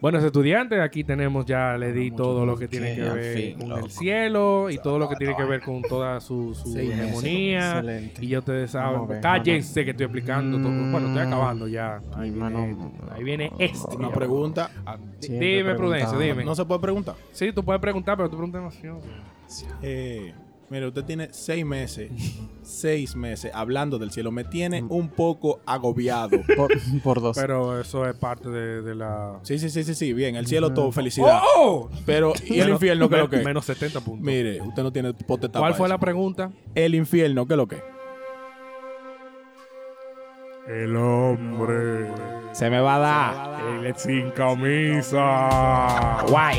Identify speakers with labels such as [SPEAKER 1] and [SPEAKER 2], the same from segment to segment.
[SPEAKER 1] Buenos estudiantes, aquí tenemos ya, le di todo lo que tiene que
[SPEAKER 2] al
[SPEAKER 1] ver
[SPEAKER 2] fin,
[SPEAKER 1] con
[SPEAKER 2] loco.
[SPEAKER 1] el cielo y todo lo que tiene que ver con toda su, su
[SPEAKER 2] Seis meses,
[SPEAKER 1] hegemonía.
[SPEAKER 2] excelente.
[SPEAKER 1] Y ya ustedes
[SPEAKER 2] Vamos Mm. Ah, a
[SPEAKER 1] saben,
[SPEAKER 2] ver,
[SPEAKER 1] cállense que estoy explicando todo. Bueno, estoy acabando ya. Ahí
[SPEAKER 2] Ay,
[SPEAKER 1] viene,
[SPEAKER 2] mano.
[SPEAKER 1] ahí viene este.
[SPEAKER 3] Una pregunta.
[SPEAKER 1] Ah, di-
[SPEAKER 2] Siempre
[SPEAKER 1] Dime, Prudencio,
[SPEAKER 2] preguntaba.
[SPEAKER 1] dime.
[SPEAKER 3] No se puede preguntar.
[SPEAKER 1] Sí, tú puedes preguntar, pero tú preguntas demasiado.
[SPEAKER 3] Eh, mire, usted tiene seis meses, seis meses hablando del cielo. Me tiene
[SPEAKER 1] Mm.
[SPEAKER 3] un poco agobiado.
[SPEAKER 2] Por, por dos.
[SPEAKER 1] Pero eso es parte de, de la...
[SPEAKER 3] Sí, sí, sí, sí, sí. Bien, el cielo todo, felicidad.
[SPEAKER 1] ¡Oh!
[SPEAKER 3] Pero, ¿y el infierno qué es lo que? es?
[SPEAKER 1] Menos 70 puntos.
[SPEAKER 3] Mire, usted no tiene potestad.
[SPEAKER 1] ¿Cuál
[SPEAKER 3] para
[SPEAKER 1] fue
[SPEAKER 3] eso.
[SPEAKER 1] la pregunta?
[SPEAKER 3] El infierno, ¿qué es lo que? es?
[SPEAKER 1] El hombre.
[SPEAKER 2] Se me va a dar.
[SPEAKER 1] El sin camisa.
[SPEAKER 2] Guay.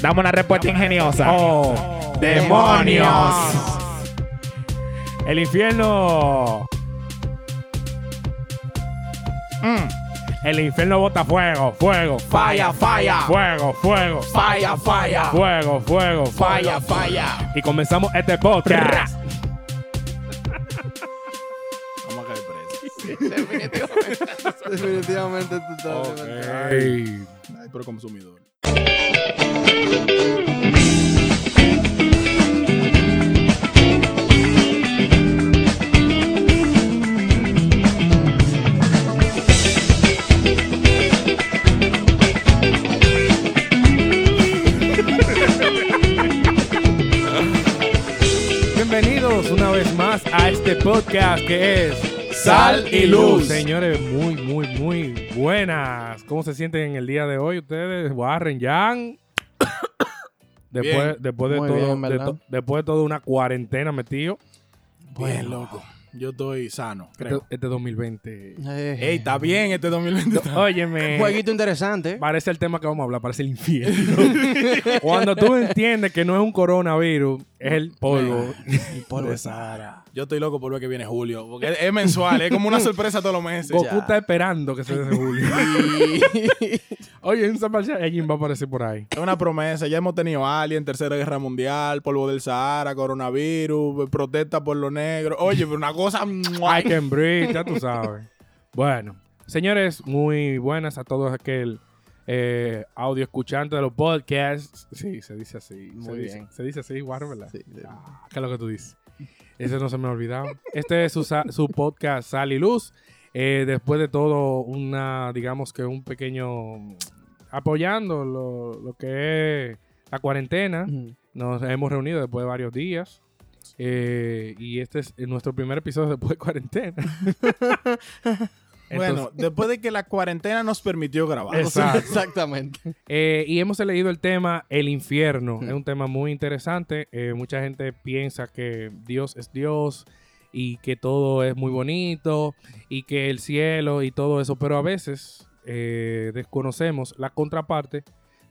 [SPEAKER 2] Dame una respuesta ingeniosa.
[SPEAKER 1] Oh.
[SPEAKER 2] El infierno. Mm. El infierno bota fuego, fuego.
[SPEAKER 4] Falla, falla.
[SPEAKER 1] Fuego, fuego.
[SPEAKER 4] Falla, falla.
[SPEAKER 1] Fuego, fuego.
[SPEAKER 4] Falla, falla.
[SPEAKER 1] Y comenzamos este podcast.
[SPEAKER 3] Vamos a caer preso.
[SPEAKER 5] Definitivamente tú estás.
[SPEAKER 1] Ey.
[SPEAKER 3] Ay, pero consumidor.
[SPEAKER 1] Bienvenidos una vez más a este podcast que es
[SPEAKER 3] Sal y Luz.
[SPEAKER 1] Señores, muy, muy, muy buenas. ¿Cómo se sienten en el día de hoy ustedes? Warren, Jan. Después,
[SPEAKER 3] Bien.
[SPEAKER 1] después, de
[SPEAKER 2] Muy
[SPEAKER 1] todo,
[SPEAKER 2] bien,
[SPEAKER 1] de
[SPEAKER 2] ¿verdad?
[SPEAKER 1] to- después de toda una cuarentena metido,
[SPEAKER 3] Bien, loco. Yo estoy sano,
[SPEAKER 1] este,
[SPEAKER 3] creo.
[SPEAKER 1] este 2020.
[SPEAKER 2] Eh,
[SPEAKER 3] Ey, está bien este 2020.
[SPEAKER 1] Óyeme,
[SPEAKER 5] Jueguito
[SPEAKER 2] ¿eh?
[SPEAKER 5] interesante.
[SPEAKER 1] parece el tema que vamos a hablar, parece el infierno. Cuando tú entiendes que no es un coronavirus, es el polvo.
[SPEAKER 2] El polvo
[SPEAKER 3] De Sara. Yo estoy loco por ver que viene julio. Porque es, es mensual, es como una sorpresa todos los meses.
[SPEAKER 1] Goku está esperando que se dé ese julio. Oye, en San Marcial, alguien va a aparecer por ahí.
[SPEAKER 3] Es una promesa. Ya hemos tenido Alien, Tercera Guerra Mundial, Polvo del Sahara, Coronavirus, protesta por lo negro. Oye, pero una cosa.
[SPEAKER 1] I can breathe, ya tú sabes. Bueno, señores, muy buenas a todos aquel eh, audio escuchante de los podcasts. Sí, se dice así. se
[SPEAKER 2] Muy
[SPEAKER 1] Dice,
[SPEAKER 2] bien.
[SPEAKER 1] se dice así, Warren, ¿verdad?
[SPEAKER 2] Sí, sí.
[SPEAKER 1] Ah, ¿Qué es lo que tú dices? Eso no se me ha olvidado. Este es su, sa- su podcast Sal y Luz. Eh, después de todo, una, digamos que un pequeño mm, apoyando lo, lo que es la cuarentena. Nos hemos reunido después de varios días. Eh, y este es nuestro primer episodio después de cuarentena.
[SPEAKER 3] bueno,
[SPEAKER 1] Entonces,
[SPEAKER 3] después de que la cuarentena nos permitió grabar.
[SPEAKER 1] Es- Exacto.
[SPEAKER 5] Exactamente.
[SPEAKER 1] eh, y hemos elegido el tema El infierno. Es un tema muy interesante. Eh, mucha gente piensa que Dios es Dios y que todo es muy bonito y que el cielo y todo eso, pero a veces eh, desconocemos la contraparte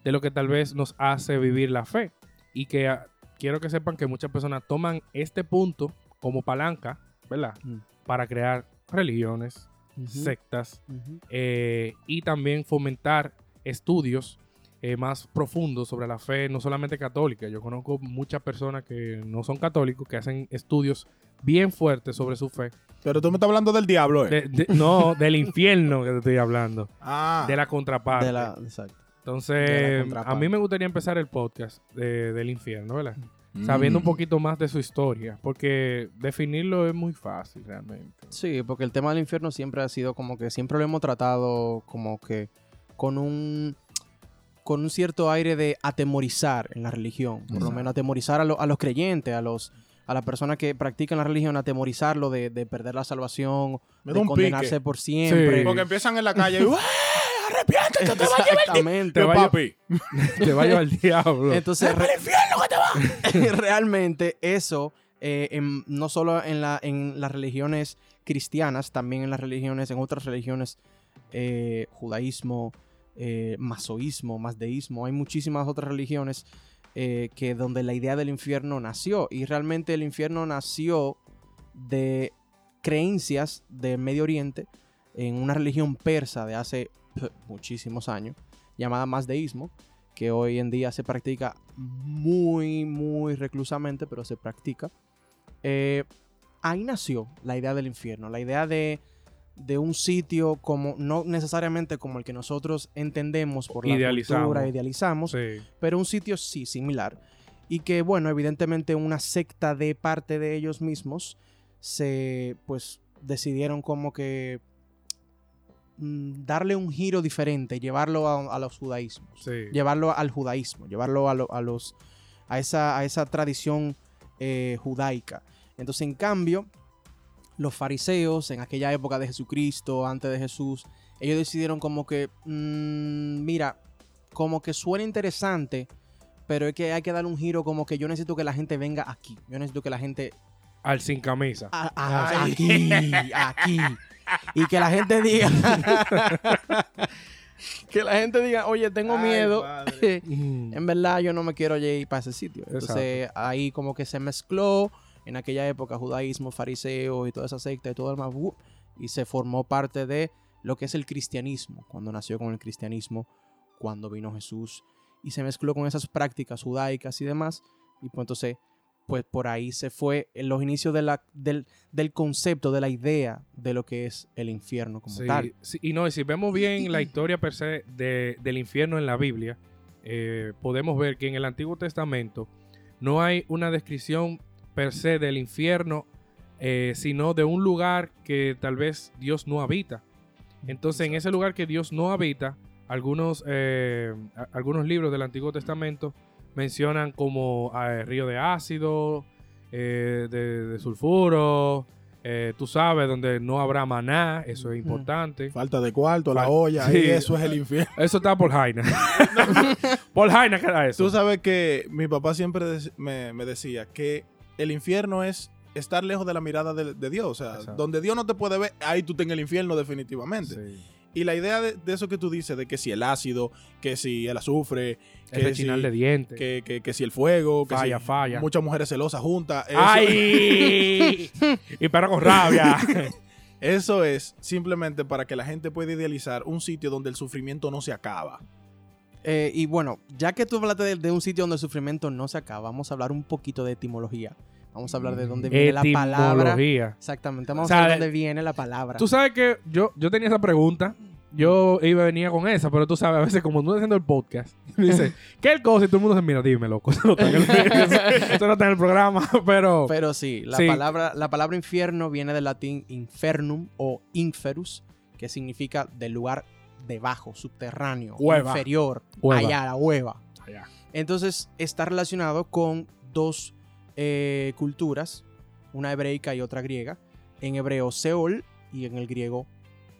[SPEAKER 1] de lo que tal vez nos hace vivir la fe. Y que ah, quiero que sepan que muchas personas toman este punto como palanca, ¿verdad?
[SPEAKER 2] Mm.
[SPEAKER 1] Para crear religiones, sectas,
[SPEAKER 2] Ujú.
[SPEAKER 1] eh, y también fomentar estudios eh, más profundos sobre la fe, no solamente católica. Yo conozco muchas personas que no son católicos, que hacen estudios bien fuertes sobre su fe.
[SPEAKER 3] Pero tú me estás hablando del diablo, ¿eh?
[SPEAKER 1] De- de- no, del infierno que te estoy hablando,
[SPEAKER 3] ah,
[SPEAKER 1] de la contraparte.
[SPEAKER 2] De la, exacto.
[SPEAKER 3] de la
[SPEAKER 1] Entonces,
[SPEAKER 3] contraparte.
[SPEAKER 1] a mí me gustaría empezar el podcast de- del infierno, ¿verdad?
[SPEAKER 3] Mm.
[SPEAKER 1] Sabiendo un poquito más de su historia, porque definirlo es muy fácil realmente.
[SPEAKER 2] Sí, porque el tema del infierno siempre ha sido como que siempre lo hemos tratado como que con un con un cierto aire de atemorizar en la religión, por lo menos atemorizar a, lo- a los creyentes, a los a las personas que practican la religión, atemorizarlo de, de perder la salvación,
[SPEAKER 3] Me da
[SPEAKER 2] de
[SPEAKER 3] un pique.
[SPEAKER 2] condenarse por siempre.
[SPEAKER 3] Porque empiezan en la calle y. "Ué, ¡Arrepiéntete! ¡Te va a llevar
[SPEAKER 2] Exactamente.
[SPEAKER 1] Te
[SPEAKER 3] el
[SPEAKER 1] va a lle-
[SPEAKER 3] papi!
[SPEAKER 1] Te va a llevar el diablo.
[SPEAKER 2] Entonces, re- realmente eso, eh, en- no solo en, la, en las religiones cristianas, también en las religiones, en otras religiones, eh, judaísmo, eh, masoísmo, masdeísmo, hay muchísimas otras religiones eh, que donde la idea del infierno nació. Y realmente el infierno nació de creencias del Medio Oriente en una religión persa de hace muchísimos años, llamada masdeísmo, que hoy en día se practica muy, muy reclusamente, pero se practica. Eh, ahí nació la idea del infierno, la idea de, de un sitio como, no necesariamente como el que nosotros entendemos por la
[SPEAKER 1] Idealizamos.
[SPEAKER 2] cultura, idealizamos,
[SPEAKER 1] Sí.
[SPEAKER 2] pero un sitio sí similar. Y que, bueno, evidentemente una secta de parte de ellos mismos se, pues, decidieron como que mm, darle un giro diferente, llevarlo a, a los judaísmos,
[SPEAKER 1] Sí.
[SPEAKER 2] llevarlo al judaísmo, llevarlo a, lo- a los, a, esa, a esa tradición eh, judaica. Entonces, en cambio, los fariseos en aquella época de Jesucristo, antes de Jesús, ellos decidieron como que, mm, mira, como que suena interesante, pero es que hay que dar un giro como que yo necesito que la gente venga aquí, yo necesito que la gente
[SPEAKER 1] Al sin camisa.
[SPEAKER 3] Ah,
[SPEAKER 2] a- a- aquí, aquí, y que la gente diga, que la gente diga, oye, tengo
[SPEAKER 3] Ay,
[SPEAKER 2] miedo.
[SPEAKER 3] padre.
[SPEAKER 1] Mm.
[SPEAKER 2] en verdad yo no me quiero ya ir para ese sitio. Entonces ahí como que se mezcló en aquella época judaísmo, fariseo y toda esa secta y todo el más bu- y se formó parte de lo que es el cristianismo, cuando nació con el cristianismo, cuando vino Jesús y se mezcló con esas prácticas judaicas y demás y pues entonces pues por ahí se fue en los inicios de la, del, del concepto, de la idea de lo que es el infierno como
[SPEAKER 1] Sí,
[SPEAKER 2] tal.
[SPEAKER 1] sí, y no, y si vemos bien la historia per se de- del infierno en la Biblia, eh, podemos ver que en el Antiguo Testamento no hay una descripción per se del infierno, eh, sino de un lugar que tal vez Dios no habita. Entonces, en ese lugar que Dios no habita, algunos, eh, a- algunos libros del Antiguo Testamento mencionan como eh, río de ácido, eh, de, de sulfuro, eh, tú sabes, donde no habrá maná, eso es importante.
[SPEAKER 3] Falta de cuarto, la
[SPEAKER 1] Fal-
[SPEAKER 3] olla,
[SPEAKER 1] Sí.
[SPEAKER 3] ahí eso es el infierno.
[SPEAKER 1] Eso está por Jaina. por Jaina, ¿qué era eso?
[SPEAKER 3] Tú sabes que mi papá siempre des- me, me decía que el infierno es estar lejos de la mirada de, de Dios. O sea,
[SPEAKER 1] Exacto.
[SPEAKER 3] donde Dios no te puede ver, ahí tú estás en el infierno definitivamente.
[SPEAKER 1] Sí.
[SPEAKER 3] Y la idea de, de eso que tú dices, de que si el ácido, que si el azufre,
[SPEAKER 1] El
[SPEAKER 3] que, si,
[SPEAKER 1] rechinar de dientes.
[SPEAKER 3] que, que- que si el fuego, que
[SPEAKER 1] falla,
[SPEAKER 3] si
[SPEAKER 1] falla.
[SPEAKER 3] muchas mujeres celosas juntas. eso-
[SPEAKER 1] ¡Ay! y para con rabia.
[SPEAKER 3] Eso es simplemente para que la gente pueda idealizar un sitio donde el sufrimiento no se acaba.
[SPEAKER 2] Eh, y bueno, ya que tú hablaste de, de un sitio donde el sufrimiento no se acaba, vamos a hablar un poquito de etimología. Vamos a hablar de dónde viene la palabra.
[SPEAKER 1] Etimología.
[SPEAKER 2] Exactamente, vamos
[SPEAKER 1] O sea,
[SPEAKER 2] a
[SPEAKER 1] de-
[SPEAKER 2] ver dónde viene la palabra.
[SPEAKER 1] Tú sabes que yo, yo tenía esa pregunta. Yo iba venía con esa, pero tú sabes, a veces como tú estás haciendo el podcast, dices, ¿qué cosa? Y todo el mundo dice, mira, dime, loco, eso no está en el, eso no está en el programa, pero...
[SPEAKER 2] Pero sí, la,
[SPEAKER 1] Sí.
[SPEAKER 2] Palabra, la palabra infierno viene del latín infernum o inferus, que significa del lugar debajo, subterráneo,
[SPEAKER 1] Hueva.
[SPEAKER 2] inferior,
[SPEAKER 1] Hueva.
[SPEAKER 2] allá, la hueva.
[SPEAKER 1] Allá.
[SPEAKER 2] Entonces está relacionado con dos eh, culturas, una hebreica y otra griega. En hebreo, Seol y en el griego,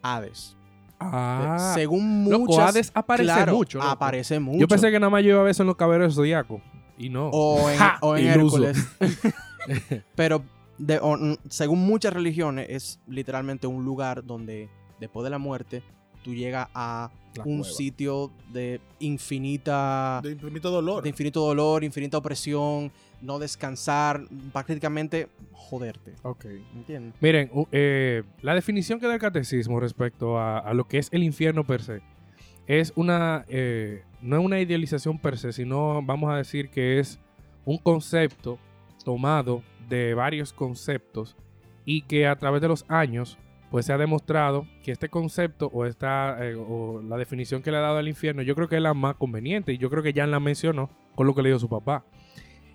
[SPEAKER 2] Hades.
[SPEAKER 1] Ah,
[SPEAKER 2] Según muchas...
[SPEAKER 1] loco, Hades aparece
[SPEAKER 2] claro,
[SPEAKER 1] mucho. loco.
[SPEAKER 2] Aparece mucho.
[SPEAKER 1] Yo pensé que nada más yo iba a ver eso en los caballeros zodiacos. Y no.
[SPEAKER 2] O en,
[SPEAKER 1] ¡Ja!
[SPEAKER 2] o en
[SPEAKER 1] Iluso.
[SPEAKER 2] Hércules. Pero de- o- n- según muchas religiones, es literalmente un lugar donde después de la muerte tú llegas a
[SPEAKER 1] La
[SPEAKER 2] un
[SPEAKER 1] cueva.
[SPEAKER 2] sito de infinita.
[SPEAKER 1] Ah.
[SPEAKER 3] De infinito dolor.
[SPEAKER 2] de infinito dolor, infinita opresión, no descansar, prácticamente joderte.
[SPEAKER 1] Ok.
[SPEAKER 2] ¿Entiendes?
[SPEAKER 1] Miren, u- eh, la definición que da el catecismo respecto a, a lo que es el infierno per se es una, eh, no es una idealización per se, sino vamos a decir que es un concepto tomado de varios conceptos y que a través de los años pues se ha demostrado que este concepto o esta eh, o la definición que le ha dado al infierno yo creo que es la más conveniente y yo creo que Jan la mencionó con lo que le dio su papá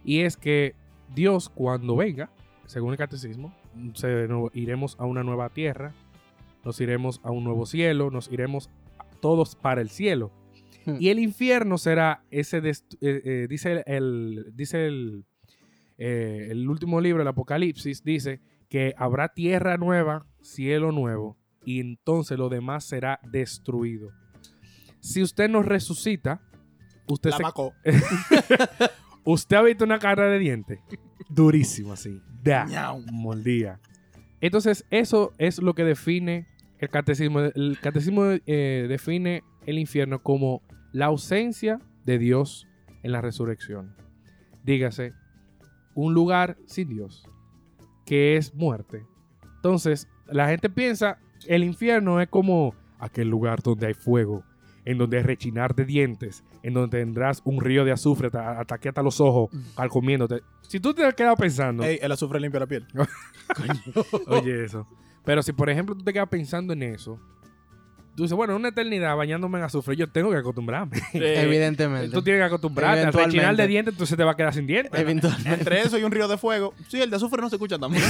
[SPEAKER 1] y es que Dios cuando venga según el catecismo se- no- iremos a una nueva tierra nos iremos a un nuevo cielo nos iremos todos para el cielo
[SPEAKER 2] Hmm.
[SPEAKER 1] y el infierno será ese dest- eh, eh, dice el dice el eh, el último libro, el Apocalipsis, dice que habrá tierra nueva, cielo nuevo, y entonces lo demás será destruido. Si usted nos resucita, usted,
[SPEAKER 3] La
[SPEAKER 1] se,
[SPEAKER 3] macó.
[SPEAKER 1] usted ha visto una cara de diente. Durísimo, así. Da.
[SPEAKER 3] Ñau.
[SPEAKER 1] Moldía. Entonces, eso es lo que define el catecismo. El catecismo eh, define el infierno como la ausencia de Dios en la resurrección. Dígase, un lugar sin Dios, que es muerte. Entonces, la gente piensa, el infierno es como aquel lugar donde hay fuego, en donde hay rechinar de dientes, en donde tendrás un río de azufre hasta, hasta aquí hasta los ojos, comiéndote. Si tú te has quedado pensando...
[SPEAKER 2] Oh.
[SPEAKER 3] Ey, el azufre limpia la piel.
[SPEAKER 1] Oye, eso. Pero si, por ejemplo, tú te quedas pensando en eso, tú dices, bueno, una eternidad bañándome en azufre, yo tengo que acostumbrarme.
[SPEAKER 3] Eh,
[SPEAKER 2] Evidentemente.
[SPEAKER 1] Tú tienes que acostumbrarte. Al
[SPEAKER 2] Eventualmente.
[SPEAKER 1] rechinar de dientes, tú se te va a quedar sin dientes.
[SPEAKER 2] Eventualmente.
[SPEAKER 3] Entre eso y un río de fuego. Sí, el de azufre no se escucha tan mal.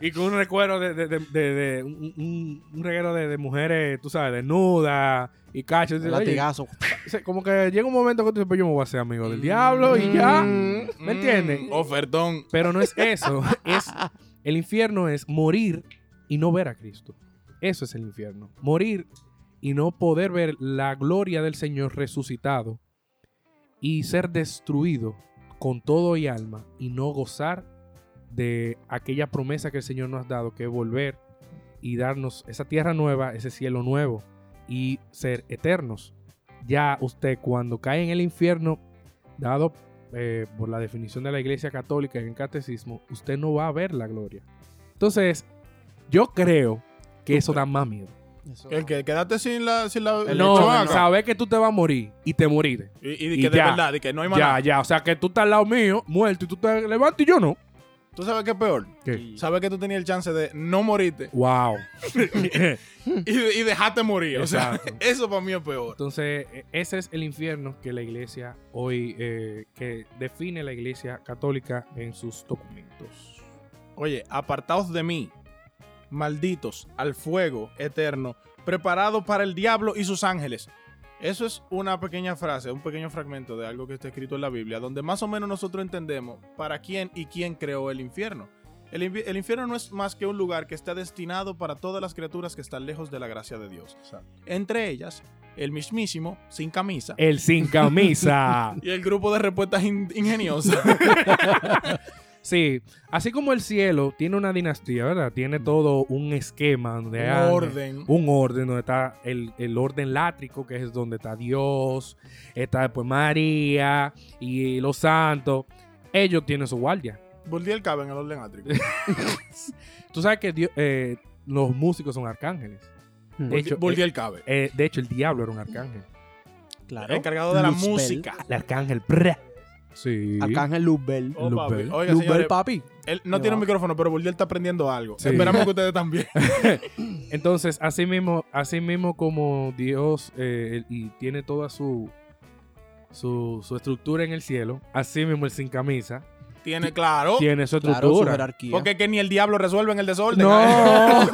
[SPEAKER 1] y con un recuerdo de, de- de- de- de un, un- un reguero de, de mujeres, tú sabes, desnudas y cachos. Y dices, oye,
[SPEAKER 2] Latigazo.
[SPEAKER 1] se- como que llega un momento que tú dices, pues yo me voy a hacer amigo
[SPEAKER 2] Mm.
[SPEAKER 1] del diablo y ya. ¿Me entiendes?
[SPEAKER 3] Mm, Ofertón.
[SPEAKER 1] Pero no es eso. es El infierno es morir y no ver a Cristo. Eso es el infierno. Morir y no poder ver la gloria del Señor resucitado y ser destruido con todo y alma y no gozar de aquella promesa que el Señor nos ha dado, que es volver y darnos esa tierra nueva, ese cielo nuevo y ser eternos. Ya usted cuando cae en el infierno, dado eh, por la definición de la Iglesia Católica en el Catecismo, usted no va a ver la gloria. Entonces, yo creo que eso da más miedo.
[SPEAKER 3] El que quedaste sin la. Sin la
[SPEAKER 2] El
[SPEAKER 1] No,
[SPEAKER 2] hecho de
[SPEAKER 3] chamaca.
[SPEAKER 2] no.
[SPEAKER 1] saber que tú te vas a morir y te morir.
[SPEAKER 3] Y, y de
[SPEAKER 1] Y
[SPEAKER 3] que de
[SPEAKER 1] ya.
[SPEAKER 3] verdad, de que no hay
[SPEAKER 1] Ya,
[SPEAKER 3] manera.
[SPEAKER 1] ya. O sea, que tú estás al lado mío, muerto, y tú te levantas y yo no.
[SPEAKER 3] ¿Tú sabes qué es peor?
[SPEAKER 1] ¿Qué?
[SPEAKER 3] Sabes que tú tenías el chance de no morirte
[SPEAKER 1] Wow.
[SPEAKER 3] y, y dejarte morir. O sea,
[SPEAKER 1] Exacto.
[SPEAKER 3] eso para mí es peor.
[SPEAKER 1] Entonces, e- ese es el infierno que la iglesia hoy, eh, que define la iglesia católica en sus documentos.
[SPEAKER 3] Oye, apartados de mí, malditos, al fuego eterno, preparados para el diablo y sus ángeles. Eso es una pequeña frase, un pequeño fragmento de algo que está escrito en la Biblia, donde más o menos nosotros entendemos para quién y quién creó el infierno. El, invi- el infierno no es más que un lugar que está destinado para todas las criaturas que están lejos de la gracia de Dios. Entre ellas, el mismísimo, sin camisa,
[SPEAKER 1] El sin camisa.
[SPEAKER 3] y el grupo de respuestas in- ingeniosas.
[SPEAKER 1] Sí, así como el cielo tiene una dinastía, ¿verdad? Tiene todo Mm. un esquema donde hay
[SPEAKER 3] orden.
[SPEAKER 1] un orden donde está el, el orden látrico, que es donde está Dios, está después María y los santos. Ellos tienen su guardia.
[SPEAKER 3] Volví el cable en el orden átrico.
[SPEAKER 1] Tú sabes que Dios- eh, los músicos son arcángeles. De hecho,
[SPEAKER 3] Volví
[SPEAKER 1] eh,
[SPEAKER 3] el cable.
[SPEAKER 1] eh, de hecho, el diablo era un arcángel.
[SPEAKER 2] Claro.
[SPEAKER 3] Encargado de la
[SPEAKER 2] Luzbel.
[SPEAKER 3] música.
[SPEAKER 1] El arcángel. prr. Sí.
[SPEAKER 2] Arcángel Luzbel.
[SPEAKER 3] Oh, papi.
[SPEAKER 1] Luzbel.
[SPEAKER 3] Oiga,
[SPEAKER 2] Luzbel,
[SPEAKER 3] señores,
[SPEAKER 2] papi.
[SPEAKER 3] él no tiene un micrófono, pero Burdiel está aprendiendo algo.
[SPEAKER 1] Sí.
[SPEAKER 3] Esperamos que ustedes también.
[SPEAKER 1] Entonces, así mismo, así mismo como Dios eh, y tiene toda su, su, su estructura en el cielo, así mismo el sin camisa
[SPEAKER 3] tiene claro.
[SPEAKER 1] tiene su
[SPEAKER 2] Claro, su
[SPEAKER 1] estructura.
[SPEAKER 2] jerarquía.
[SPEAKER 3] Porque es que ni el diablo resuelve en el desorden.
[SPEAKER 1] no,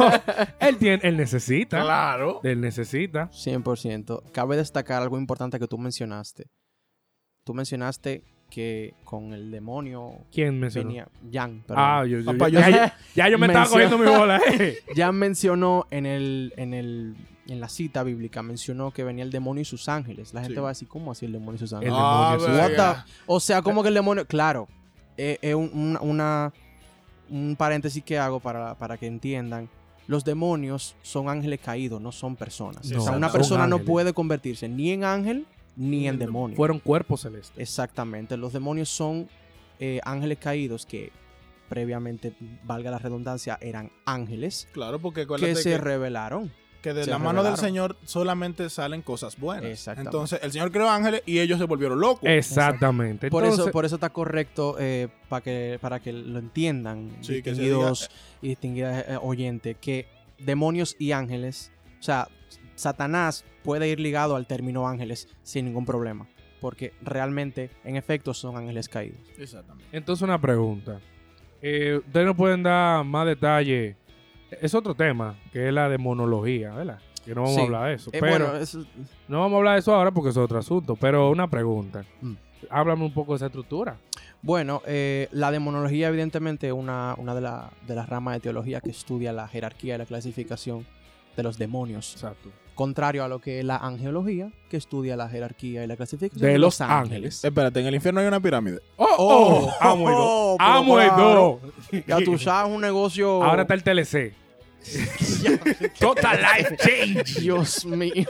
[SPEAKER 1] él, tiene, él necesita.
[SPEAKER 3] claro.
[SPEAKER 1] Él necesita.
[SPEAKER 2] 100%. Cabe destacar algo importante que tú mencionaste. Tú mencionaste que con el demonio
[SPEAKER 1] ¿Quién mencionó?
[SPEAKER 2] venía Jan, perdón.
[SPEAKER 1] Ah, yo, yo-
[SPEAKER 3] Papá,
[SPEAKER 1] yo- ya,
[SPEAKER 3] yo-
[SPEAKER 1] ya- ya yo me estaba
[SPEAKER 2] Mencionó-
[SPEAKER 1] cogiendo mi bola. eh.
[SPEAKER 2] Jan mencionó en el en el en la cita bíblica mencionó que venía el demonio y sus ángeles. La gente
[SPEAKER 3] Sí.
[SPEAKER 2] va a decir, "¿Cómo así el demonio y sus ángeles?"
[SPEAKER 1] El
[SPEAKER 3] Ah,
[SPEAKER 1] demonio,
[SPEAKER 3] verga.
[SPEAKER 1] sí.
[SPEAKER 2] What the- O sea, como que el demonio. Claro. Es una, una- un paréntesis que hago para, para que entiendan. Los demonios son ángeles caídos, no son personas.
[SPEAKER 3] No,
[SPEAKER 2] o sea, una
[SPEAKER 3] son
[SPEAKER 2] persona no
[SPEAKER 1] ángeles.
[SPEAKER 2] puede convertirse ni en ángel ni en
[SPEAKER 3] en
[SPEAKER 2] demonio.
[SPEAKER 1] Fueron cuerpos celestes.
[SPEAKER 2] Exactamente. Los demonios son eh, ángeles caídos que previamente, valga la redundancia, eran ángeles
[SPEAKER 3] Claro, porque
[SPEAKER 2] que
[SPEAKER 3] acuérdate
[SPEAKER 2] se
[SPEAKER 3] que,
[SPEAKER 2] rebelaron.
[SPEAKER 3] que de
[SPEAKER 2] se
[SPEAKER 3] la mano del
[SPEAKER 2] revelaron.
[SPEAKER 3] Señor solamente salen cosas buenas.
[SPEAKER 2] Exactamente.
[SPEAKER 3] Entonces, el Señor creó ángeles y ellos se volvieron locos.
[SPEAKER 1] Eh. Exactamente.
[SPEAKER 2] Por
[SPEAKER 1] Entonces,
[SPEAKER 2] eso, por eso está correcto eh, para que para que lo entiendan,
[SPEAKER 3] Sí, que se
[SPEAKER 2] distinguidos y distinguidas eh, oyentes, que demonios y ángeles, o sea, Satanás puede ir ligado al término ángeles sin ningún problema, porque realmente, en efecto, son ángeles caídos.
[SPEAKER 3] Exactamente.
[SPEAKER 1] Entonces, una pregunta. Eh, Ustedes nos pueden dar más detalle. Es otro tema, que es la demonología, ¿verdad? Que no vamos
[SPEAKER 2] Sí.
[SPEAKER 1] a hablar de eso.
[SPEAKER 2] Eh,
[SPEAKER 1] pero
[SPEAKER 2] bueno, eso-
[SPEAKER 1] no vamos a hablar de eso ahora porque es otro asunto. Pero una pregunta.
[SPEAKER 2] Mm.
[SPEAKER 1] Háblame un poco de esa estructura.
[SPEAKER 2] bueno, eh, la demonología evidentemente es una, una de, la- de las ramas de teología que estudia la jerarquía y la clasificación de los demonios.
[SPEAKER 1] Exacto.
[SPEAKER 2] contrario a lo que es la angeología, que estudia la jerarquía y la clasificación
[SPEAKER 1] De los ángeles.
[SPEAKER 3] Espérate, en el infierno hay una pirámide.
[SPEAKER 1] ¡Oh!
[SPEAKER 2] Oh,
[SPEAKER 1] ¡Oh! amo
[SPEAKER 2] oh, pero
[SPEAKER 1] ¡Amo
[SPEAKER 2] claro. Oh. Ya tú sabes, un negocio.
[SPEAKER 1] Ahora está el TLC. Total Life Change.
[SPEAKER 2] Dios mío.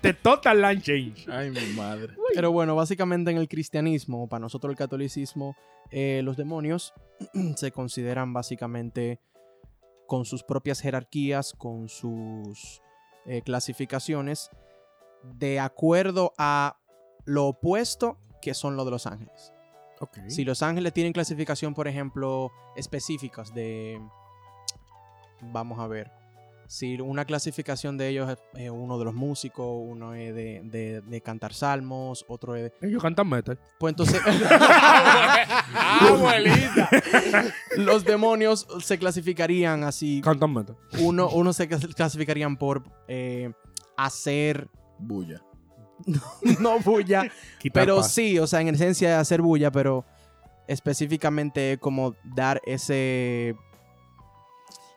[SPEAKER 1] The Total Life Change.
[SPEAKER 3] Ay, mi madre.
[SPEAKER 2] Pero bueno, básicamente en el cristianismo, para nosotros el catolicismo, eh, los demonios se consideran básicamente con sus propias jerarquías, con sus eh, clasificaciones, de acuerdo a lo opuesto que son lo de los ángeles. Si los ángeles tienen clasificación, por ejemplo, específicas de vamos a ver. Si una clasificación de ellos es eh, uno de los músicos, uno es de, de- de cantar salmos, otro es de...
[SPEAKER 1] Ellos cantan metal.
[SPEAKER 2] Pues entonces Ah,
[SPEAKER 4] Abuelita.
[SPEAKER 2] los demonios se clasificarían así.
[SPEAKER 1] Cantan metal.
[SPEAKER 2] Uno, uno se clas- clasificarían por eh, hacer,
[SPEAKER 3] Bulla.
[SPEAKER 2] no bulla,
[SPEAKER 1] Quitar
[SPEAKER 2] Pero
[SPEAKER 1] paz.
[SPEAKER 2] sí, o sea, en esencia es hacer bulla, pero específicamente como dar ese.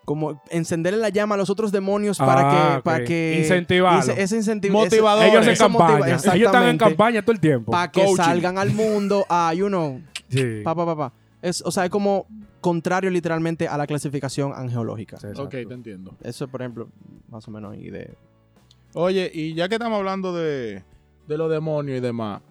[SPEAKER 2] Como encenderle la llama a los otros demonios para
[SPEAKER 1] Ah,
[SPEAKER 2] que.
[SPEAKER 1] ok.
[SPEAKER 2] Para que
[SPEAKER 1] Incentivarlo.
[SPEAKER 2] Ese, ese incentivo.
[SPEAKER 3] Motivadores.
[SPEAKER 1] Ellos en
[SPEAKER 3] eso
[SPEAKER 1] campaña. Ellos están en campaña todo el tiempo.
[SPEAKER 2] Para que
[SPEAKER 3] Coaching.
[SPEAKER 2] salgan al mundo. Ah, you know.
[SPEAKER 1] Sí.
[SPEAKER 2] Pa, pa, pa, pa. Es, o sea, es como contrario literalmente a la clasificación angeológica.
[SPEAKER 1] Sí, exacto.
[SPEAKER 3] Ok, te entiendo.
[SPEAKER 2] Eso, por ejemplo, más o menos. Y de.
[SPEAKER 3] Oye, y ya que estamos hablando de, de los demonios y demás,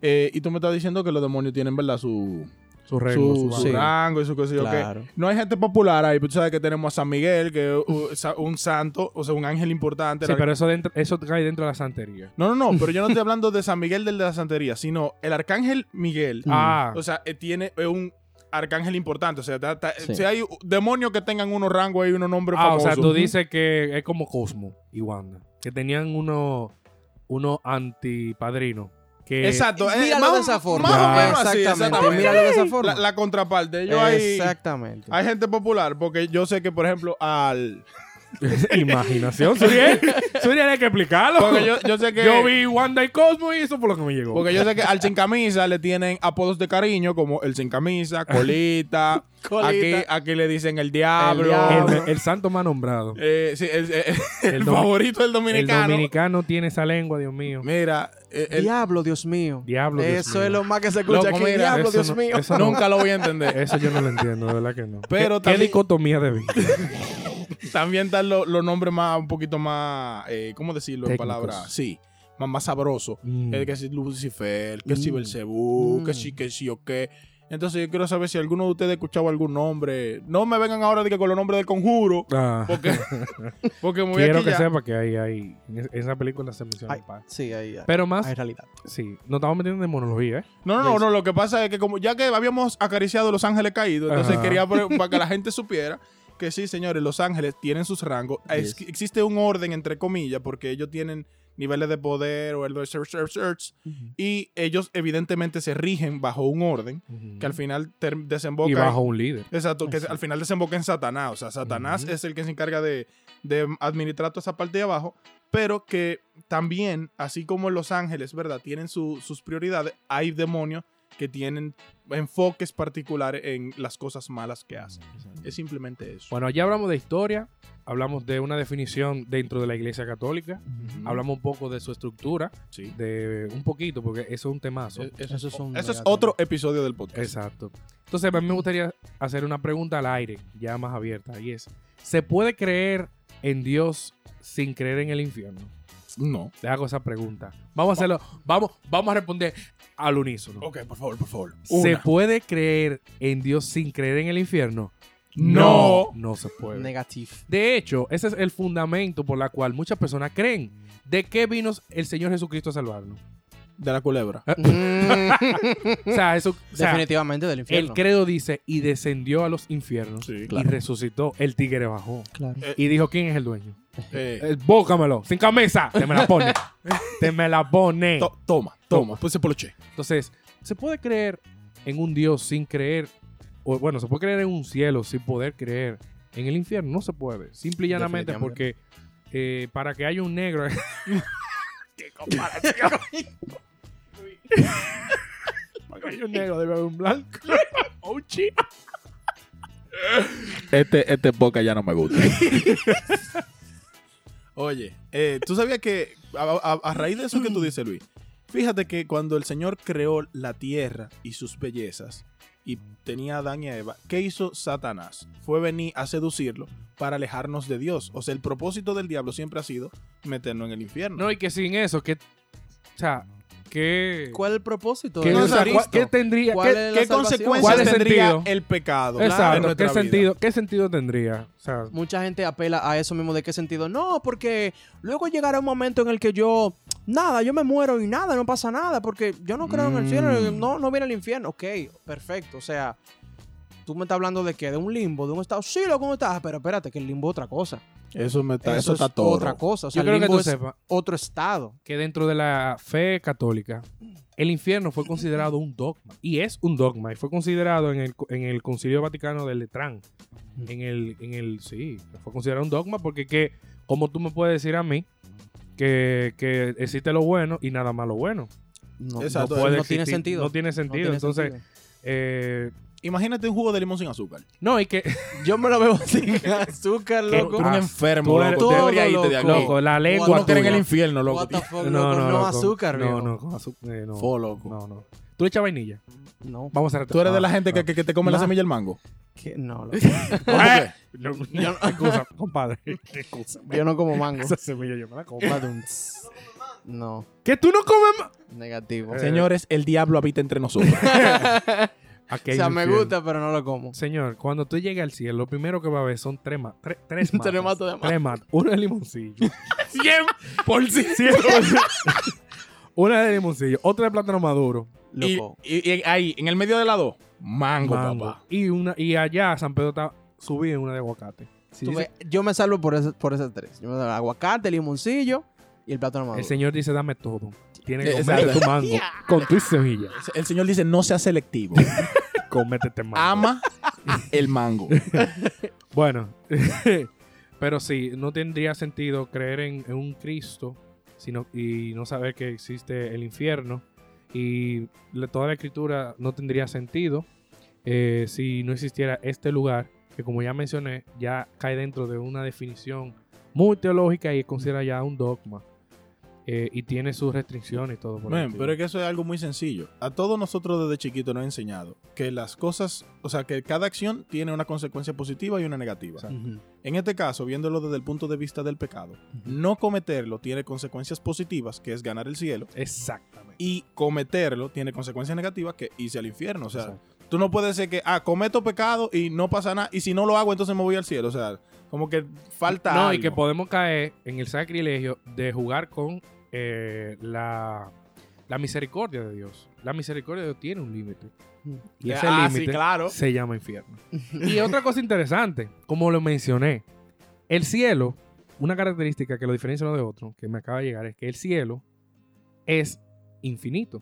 [SPEAKER 3] eh, y tú me estás diciendo que los demonios tienen, ¿verdad? Su,
[SPEAKER 1] Su rango,
[SPEAKER 3] su,
[SPEAKER 1] su
[SPEAKER 3] su
[SPEAKER 2] sí.
[SPEAKER 3] rango y su cosa. y yo qué.
[SPEAKER 2] Claro.
[SPEAKER 3] No hay gente popular ahí, pero tú sabes que tenemos a San Miguel, que es u- sa- un santo, o sea, un ángel importante.
[SPEAKER 1] Sí,
[SPEAKER 3] la-
[SPEAKER 1] pero eso, dentro, eso cae dentro de la santería.
[SPEAKER 3] No, no, no, pero yo no estoy hablando de San Miguel del de la Santería, sino el arcángel Miguel.
[SPEAKER 1] Ah,
[SPEAKER 3] O sea, eh, tiene eh, un arcángel importante. O sea, ta- ta-
[SPEAKER 2] Sí.
[SPEAKER 3] si hay u- demonios que tengan unos rangos ahí, unos nombres
[SPEAKER 1] Ah, o
[SPEAKER 3] famosos.
[SPEAKER 1] sea, tú dices que es como Cosmo y Wanda. Que tenían unos uno antipadrinos. Que Ah,
[SPEAKER 3] Exacto. eh,
[SPEAKER 2] Míralo
[SPEAKER 3] más-
[SPEAKER 2] de esa forma.
[SPEAKER 3] Más o menos así,
[SPEAKER 2] exactamente.
[SPEAKER 3] exactamente.
[SPEAKER 2] Míralo de esa forma.
[SPEAKER 3] La, la contraparte. Yo hay,
[SPEAKER 2] Exactamente.
[SPEAKER 3] hay gente popular, porque yo sé que, por ejlo, al...
[SPEAKER 1] Imaginación, Suriel. Suriel, hay que explicarlo.
[SPEAKER 3] Porque yo, yo sé que...
[SPEAKER 1] Yo vi Wanda y Cosmo y eso fue lo que me llegó.
[SPEAKER 3] Porque yo sé que al sin camisa le tienen apodos de cariño como el sin camisa, colita.
[SPEAKER 2] Colita.
[SPEAKER 3] Aquí, aquí le dicen el diablo.
[SPEAKER 2] El diablo.
[SPEAKER 1] el, el santo más nombrado.
[SPEAKER 3] Eh, sí, el, el- el
[SPEAKER 1] El dom-
[SPEAKER 3] favorito del dominicano.
[SPEAKER 1] El dominicano tiene esa lengua, Dios mío.
[SPEAKER 3] Mira, eh, el-
[SPEAKER 2] Diablo, Dios mío.
[SPEAKER 1] Diablo, Dios
[SPEAKER 2] Eso
[SPEAKER 1] mío.
[SPEAKER 2] es lo más que se escucha
[SPEAKER 3] Loco,
[SPEAKER 2] aquí.
[SPEAKER 3] mira,
[SPEAKER 2] Diablo,
[SPEAKER 1] eso
[SPEAKER 2] Dios
[SPEAKER 1] no-
[SPEAKER 2] mío.
[SPEAKER 1] eso no.
[SPEAKER 3] nunca lo voy a entender.
[SPEAKER 1] Eh, Eso yo no lo entiendo, de verdad que no.
[SPEAKER 3] Pero
[SPEAKER 1] ¿Qué, qué
[SPEAKER 3] también-
[SPEAKER 1] dicotomía de vida.
[SPEAKER 3] También están los los nombres más, un poquito más, eh, ¿cómo decirlo
[SPEAKER 1] Técnicos.
[SPEAKER 3] en palabras? Sí, más, más sabroso.
[SPEAKER 1] Mm.
[SPEAKER 3] Eh, que si Lucifer, que si
[SPEAKER 2] Mm.
[SPEAKER 3] Belcebú, que
[SPEAKER 2] Mm.
[SPEAKER 3] si, que si o qué. Entonces yo quiero saber si alguno de ustedes ha escuchado algún nombre. No me vengan ahora de que con los nombres del conjuro.
[SPEAKER 1] Ah,
[SPEAKER 3] Porque, porque me voy
[SPEAKER 1] quiero
[SPEAKER 3] a
[SPEAKER 1] que
[SPEAKER 3] quillar.
[SPEAKER 1] sepa que ahí, ahí, en es- en esa película se menciona
[SPEAKER 2] Ay,
[SPEAKER 1] el padre.
[SPEAKER 2] Sí, ahí, ahí.
[SPEAKER 1] Pero más,
[SPEAKER 2] Hay realidad.
[SPEAKER 1] sí, nos estamos metiendo en monología, ¿eh?
[SPEAKER 3] No, no, no,
[SPEAKER 2] Yes.
[SPEAKER 3] no, lo que pasa es que como ya que habíamos acariciado Los Ángeles Caídos, entonces
[SPEAKER 1] Ajá.
[SPEAKER 3] quería pre- para que la gente supiera que sí, señores, Los Ángeles tienen sus rangos. Es- existe un orden, entre comillas, porque ellos tienen niveles de poder o el de search, search, search, y ellos evidentemente se rigen bajo un orden que al final ter- desemboca
[SPEAKER 1] y
[SPEAKER 3] en-
[SPEAKER 1] bajo un líder.
[SPEAKER 3] Exacto, que
[SPEAKER 2] Exacto.
[SPEAKER 3] al final desemboca en Satanás. O sea, Satanás
[SPEAKER 1] Ujú.
[SPEAKER 3] es el que se encarga de, de administrar toda esa parte de abajo, pero que también, así como en Los Ángeles, ¿verdad? Tienen su- sus prioridades, hay demonios que tienen enfoques particulares en las cosas malas que hacen. Es simplemente eso.
[SPEAKER 1] Bueno, ya hablamos de historia, hablamos de una definición dentro de la Iglesia Católica,
[SPEAKER 3] Ujú.
[SPEAKER 1] hablamos un poco de su estructura,
[SPEAKER 3] Sí.
[SPEAKER 1] de un poquito, porque eso es un temazo.
[SPEAKER 3] E- Eso,
[SPEAKER 2] Eso es un
[SPEAKER 3] eso es
[SPEAKER 2] megatema.
[SPEAKER 3] otro episodio del podcast.
[SPEAKER 1] Exacto. Entonces, a mí me gustaría hacer una pregunta al aire, ya más abierta, y es, ¿se puede creer en Dios sin creer en el infierno?
[SPEAKER 3] No.
[SPEAKER 1] Te hago esa pregunta. Vamos a hacerlo, vamos, vamos a responder al unísono.
[SPEAKER 3] Ok, por favor, por favor.
[SPEAKER 1] ¿Se
[SPEAKER 3] Una.
[SPEAKER 1] puede creer en Dios sin creer en el infierno?
[SPEAKER 3] No.
[SPEAKER 1] No se puede.
[SPEAKER 2] Negativo.
[SPEAKER 1] De hecho, ese es el fundamento por la cual muchas personas creen de qué vino el Señor Jesucristo a salvarnos.
[SPEAKER 3] De la culebra.
[SPEAKER 2] Mm,
[SPEAKER 1] Eh. O sea, eso, o sea,
[SPEAKER 2] Definitivamente
[SPEAKER 1] el
[SPEAKER 2] del infierno.
[SPEAKER 1] credo dice, y descendió a los infiernos
[SPEAKER 3] Sí,
[SPEAKER 1] y resucitó, el tigre bajó.
[SPEAKER 2] Claro.
[SPEAKER 1] Y dijo, ¿quién es el dueño?
[SPEAKER 3] Eh,
[SPEAKER 1] Eh, Bócamelo, sin camisa. Te me la pone. Te me la pone.
[SPEAKER 3] to- toma, toma. Puse poloche.
[SPEAKER 1] Entonces, ¿se puede creer en un Dios sin creer? O, bueno, ¿se puede creer en un cielo sin poder creer? En el infierno no se puede. Simple y llanamente porque
[SPEAKER 3] Definitivamente.
[SPEAKER 1] eh, para que haya un negro... para que haya un negro debe haber un blanco. Oh, shit.
[SPEAKER 3] Este, este podcast ya no me gusta. Oye, eh, tú sabías que a, a- a raíz de eso que tú dices, Luis, fíjate que cuando el Señor creó la tierra y sus bellezas y tenía a Adán y a Eva, ¿qué hizo Satanás? Fue venir a seducirlo para alejarnos de Dios. O sea, el propósito del diablo siempre ha sido meternos en el infierno.
[SPEAKER 1] No, y que sin eso, que... O sea, que...
[SPEAKER 2] ¿Cuál es el propósito?
[SPEAKER 1] que-
[SPEAKER 2] de
[SPEAKER 3] No,
[SPEAKER 1] o sea, ¿cuál-
[SPEAKER 2] Jesucristo?
[SPEAKER 1] ¿Qué tendría?
[SPEAKER 2] ¿Cuál
[SPEAKER 1] qué-
[SPEAKER 2] es la
[SPEAKER 3] ¿Qué
[SPEAKER 2] salvación?
[SPEAKER 1] ¿Cuál es
[SPEAKER 3] consecuencias
[SPEAKER 1] el
[SPEAKER 3] tendría
[SPEAKER 1] sentido?
[SPEAKER 3] el pecado? en
[SPEAKER 1] Exacto,
[SPEAKER 3] nuestra
[SPEAKER 1] ¿qué
[SPEAKER 3] vida?
[SPEAKER 1] sentido, ¿qué sentido tendría? O sea,
[SPEAKER 2] Mucha gente apela a eso mismo de qué sentido. No, porque luego llegará un momento en el que yo, nada, yo me muero y nada, no pasa nada, porque yo no creo en el cielo,
[SPEAKER 3] Mm.
[SPEAKER 2] no, no viene el infierno. Ok, perfecto, o sea, Tú me estás hablando de qué? De un limbo, de un estado. Sí, loco, ¿cómo estás? Pero espérate, que el limbo es otra cosa.
[SPEAKER 3] Eso, me está,
[SPEAKER 2] Eso
[SPEAKER 3] eso
[SPEAKER 2] es
[SPEAKER 3] está todo.
[SPEAKER 2] otra cosa. O
[SPEAKER 1] Yo
[SPEAKER 2] sea, el
[SPEAKER 1] creo que
[SPEAKER 2] limbo
[SPEAKER 1] tú
[SPEAKER 2] es
[SPEAKER 1] sepas
[SPEAKER 2] otro estado.
[SPEAKER 1] que dentro de la fe católica, el infierno fue considerado un dogma. Y es un dogma. Y fue considerado en el, en el Concilio Vaticano de Letrán. En el, en el. Sí, fue considerado un dogma porque, que, como tú me puedes decir a mí, que, que existe lo bueno y nada más lo bueno.
[SPEAKER 2] No,
[SPEAKER 3] Exacto,
[SPEAKER 2] no,
[SPEAKER 1] Puede
[SPEAKER 2] no tiene
[SPEAKER 1] existir-
[SPEAKER 2] sentido.
[SPEAKER 1] No tiene
[SPEAKER 2] No
[SPEAKER 1] sentido.
[SPEAKER 2] tiene
[SPEAKER 1] Entonces,
[SPEAKER 2] sentido.
[SPEAKER 1] eh,
[SPEAKER 3] Imagínate un jugo de limón sin azúcar.
[SPEAKER 1] no, y que.
[SPEAKER 2] Yo me lo veo sin azúcar,
[SPEAKER 1] Que-
[SPEAKER 2] loco.
[SPEAKER 3] Tú eres un
[SPEAKER 1] Ah,
[SPEAKER 3] enfermo,
[SPEAKER 1] tú eres-
[SPEAKER 3] loco. Tú
[SPEAKER 2] todo
[SPEAKER 3] deberías irte
[SPEAKER 2] loco.
[SPEAKER 3] de aquí.
[SPEAKER 1] Loco, la
[SPEAKER 3] Tú
[SPEAKER 1] lengua.
[SPEAKER 3] no quieres en
[SPEAKER 1] tuya.
[SPEAKER 3] el infierno, loco.
[SPEAKER 2] What the fuck,
[SPEAKER 1] No,
[SPEAKER 2] loco,
[SPEAKER 1] no,
[SPEAKER 2] no,
[SPEAKER 1] loco.
[SPEAKER 2] azúcar,
[SPEAKER 1] No,
[SPEAKER 2] viejo.
[SPEAKER 1] no, con azúcar. eh, no.
[SPEAKER 3] Fo, loco.
[SPEAKER 1] No, no. Tú le echas vainilla.
[SPEAKER 2] No,
[SPEAKER 1] Vamos a
[SPEAKER 3] Tú eres de la
[SPEAKER 1] Ah,
[SPEAKER 3] gente que,
[SPEAKER 1] ah.
[SPEAKER 3] que- que te
[SPEAKER 2] No.
[SPEAKER 3] come la semilla del mango.
[SPEAKER 2] que- no, loco.
[SPEAKER 1] ¡Eh! No, yo no- excusa, compadre.
[SPEAKER 2] yo no como mango.
[SPEAKER 1] Esa semilla yo me la como.
[SPEAKER 2] No,
[SPEAKER 1] ¿Que tú no comes ma-
[SPEAKER 2] negativo.
[SPEAKER 1] Eh,
[SPEAKER 3] Señores, el diablo habita entre nosotros.
[SPEAKER 1] Aquí
[SPEAKER 2] o
[SPEAKER 1] hay
[SPEAKER 2] sea,
[SPEAKER 1] un
[SPEAKER 2] me
[SPEAKER 1] infierno.
[SPEAKER 2] gusta, pero no lo como.
[SPEAKER 1] Señor, cuando tú llegues al cielo, lo primero que va a ver son tres ma- tre- tres matas.
[SPEAKER 2] Tres matas de mango.
[SPEAKER 1] Tres matas. Una de limoncillo. Cien por cien. cien por cien. Una de limoncillo. Otra de plátano maduro.
[SPEAKER 3] y,
[SPEAKER 2] Loco.
[SPEAKER 3] y- y ahí, en el medio de la dos, mango,
[SPEAKER 1] mango.
[SPEAKER 3] papá.
[SPEAKER 1] Y, una, y allá San Pedro está subido en una de aguacate. Si
[SPEAKER 2] Tú
[SPEAKER 1] dice-
[SPEAKER 2] ves, yo me salvo por, esas- por esas tres. Yo me salvo aguacate, limoncillo y el plátano maduro.
[SPEAKER 1] el Señor dice, dame todo. Tiene que
[SPEAKER 3] Eh,
[SPEAKER 1] comer
[SPEAKER 3] exacto.
[SPEAKER 1] tu mango con tu semilla.
[SPEAKER 3] El Señor dice, no sea selectivo.
[SPEAKER 1] Cómete este mango.
[SPEAKER 3] Ama el mango.
[SPEAKER 1] Bueno, pero sí, no tendría sentido creer en, en un Cristo sino, y no saber que existe el infierno. Y la- toda la escritura no tendría sentido eh, si no existiera este lugar, que como ya mencioné, ya cae dentro de una definición muy teológica y es considerada ya un dogma. eh, y tiene sus restricciones y todo. por el
[SPEAKER 3] Men,
[SPEAKER 1] estilo.
[SPEAKER 3] pero es que eso es algo muy sencillo. A todos nosotros desde chiquitos nos han enseñado que las cosas, o sea, que cada acción tiene una consecuencia positiva y una negativa.
[SPEAKER 1] Exacto.
[SPEAKER 2] Ujú.
[SPEAKER 3] En este caso, viéndolo desde el punto de vista del pecado, no cometerlo tiene consecuencias positivas, que es ganar el cielo,
[SPEAKER 1] Exactamente.
[SPEAKER 3] y cometerlo tiene consecuencias negativas, que irse al infierno. O sea, tú no puedes ser que, ah, cometo pecado y no pasa nada, y si no lo hago, entonces me voy al cielo. O sea, como que falta.
[SPEAKER 1] No, y
[SPEAKER 3] algo.
[SPEAKER 1] que podemos caer en el sacrilegio de jugar con eh, la, la misericordia de Dios. La misericordia de Dios tiene un límite. Y ese
[SPEAKER 3] Ah, sí,
[SPEAKER 1] límite
[SPEAKER 3] claro.
[SPEAKER 1] se llama infierno. y otra cosa interesante, como lo mencioné, el cielo, una característica que lo diferencia uno de otro, que me acaba de llegar, es que el cielo es infinito.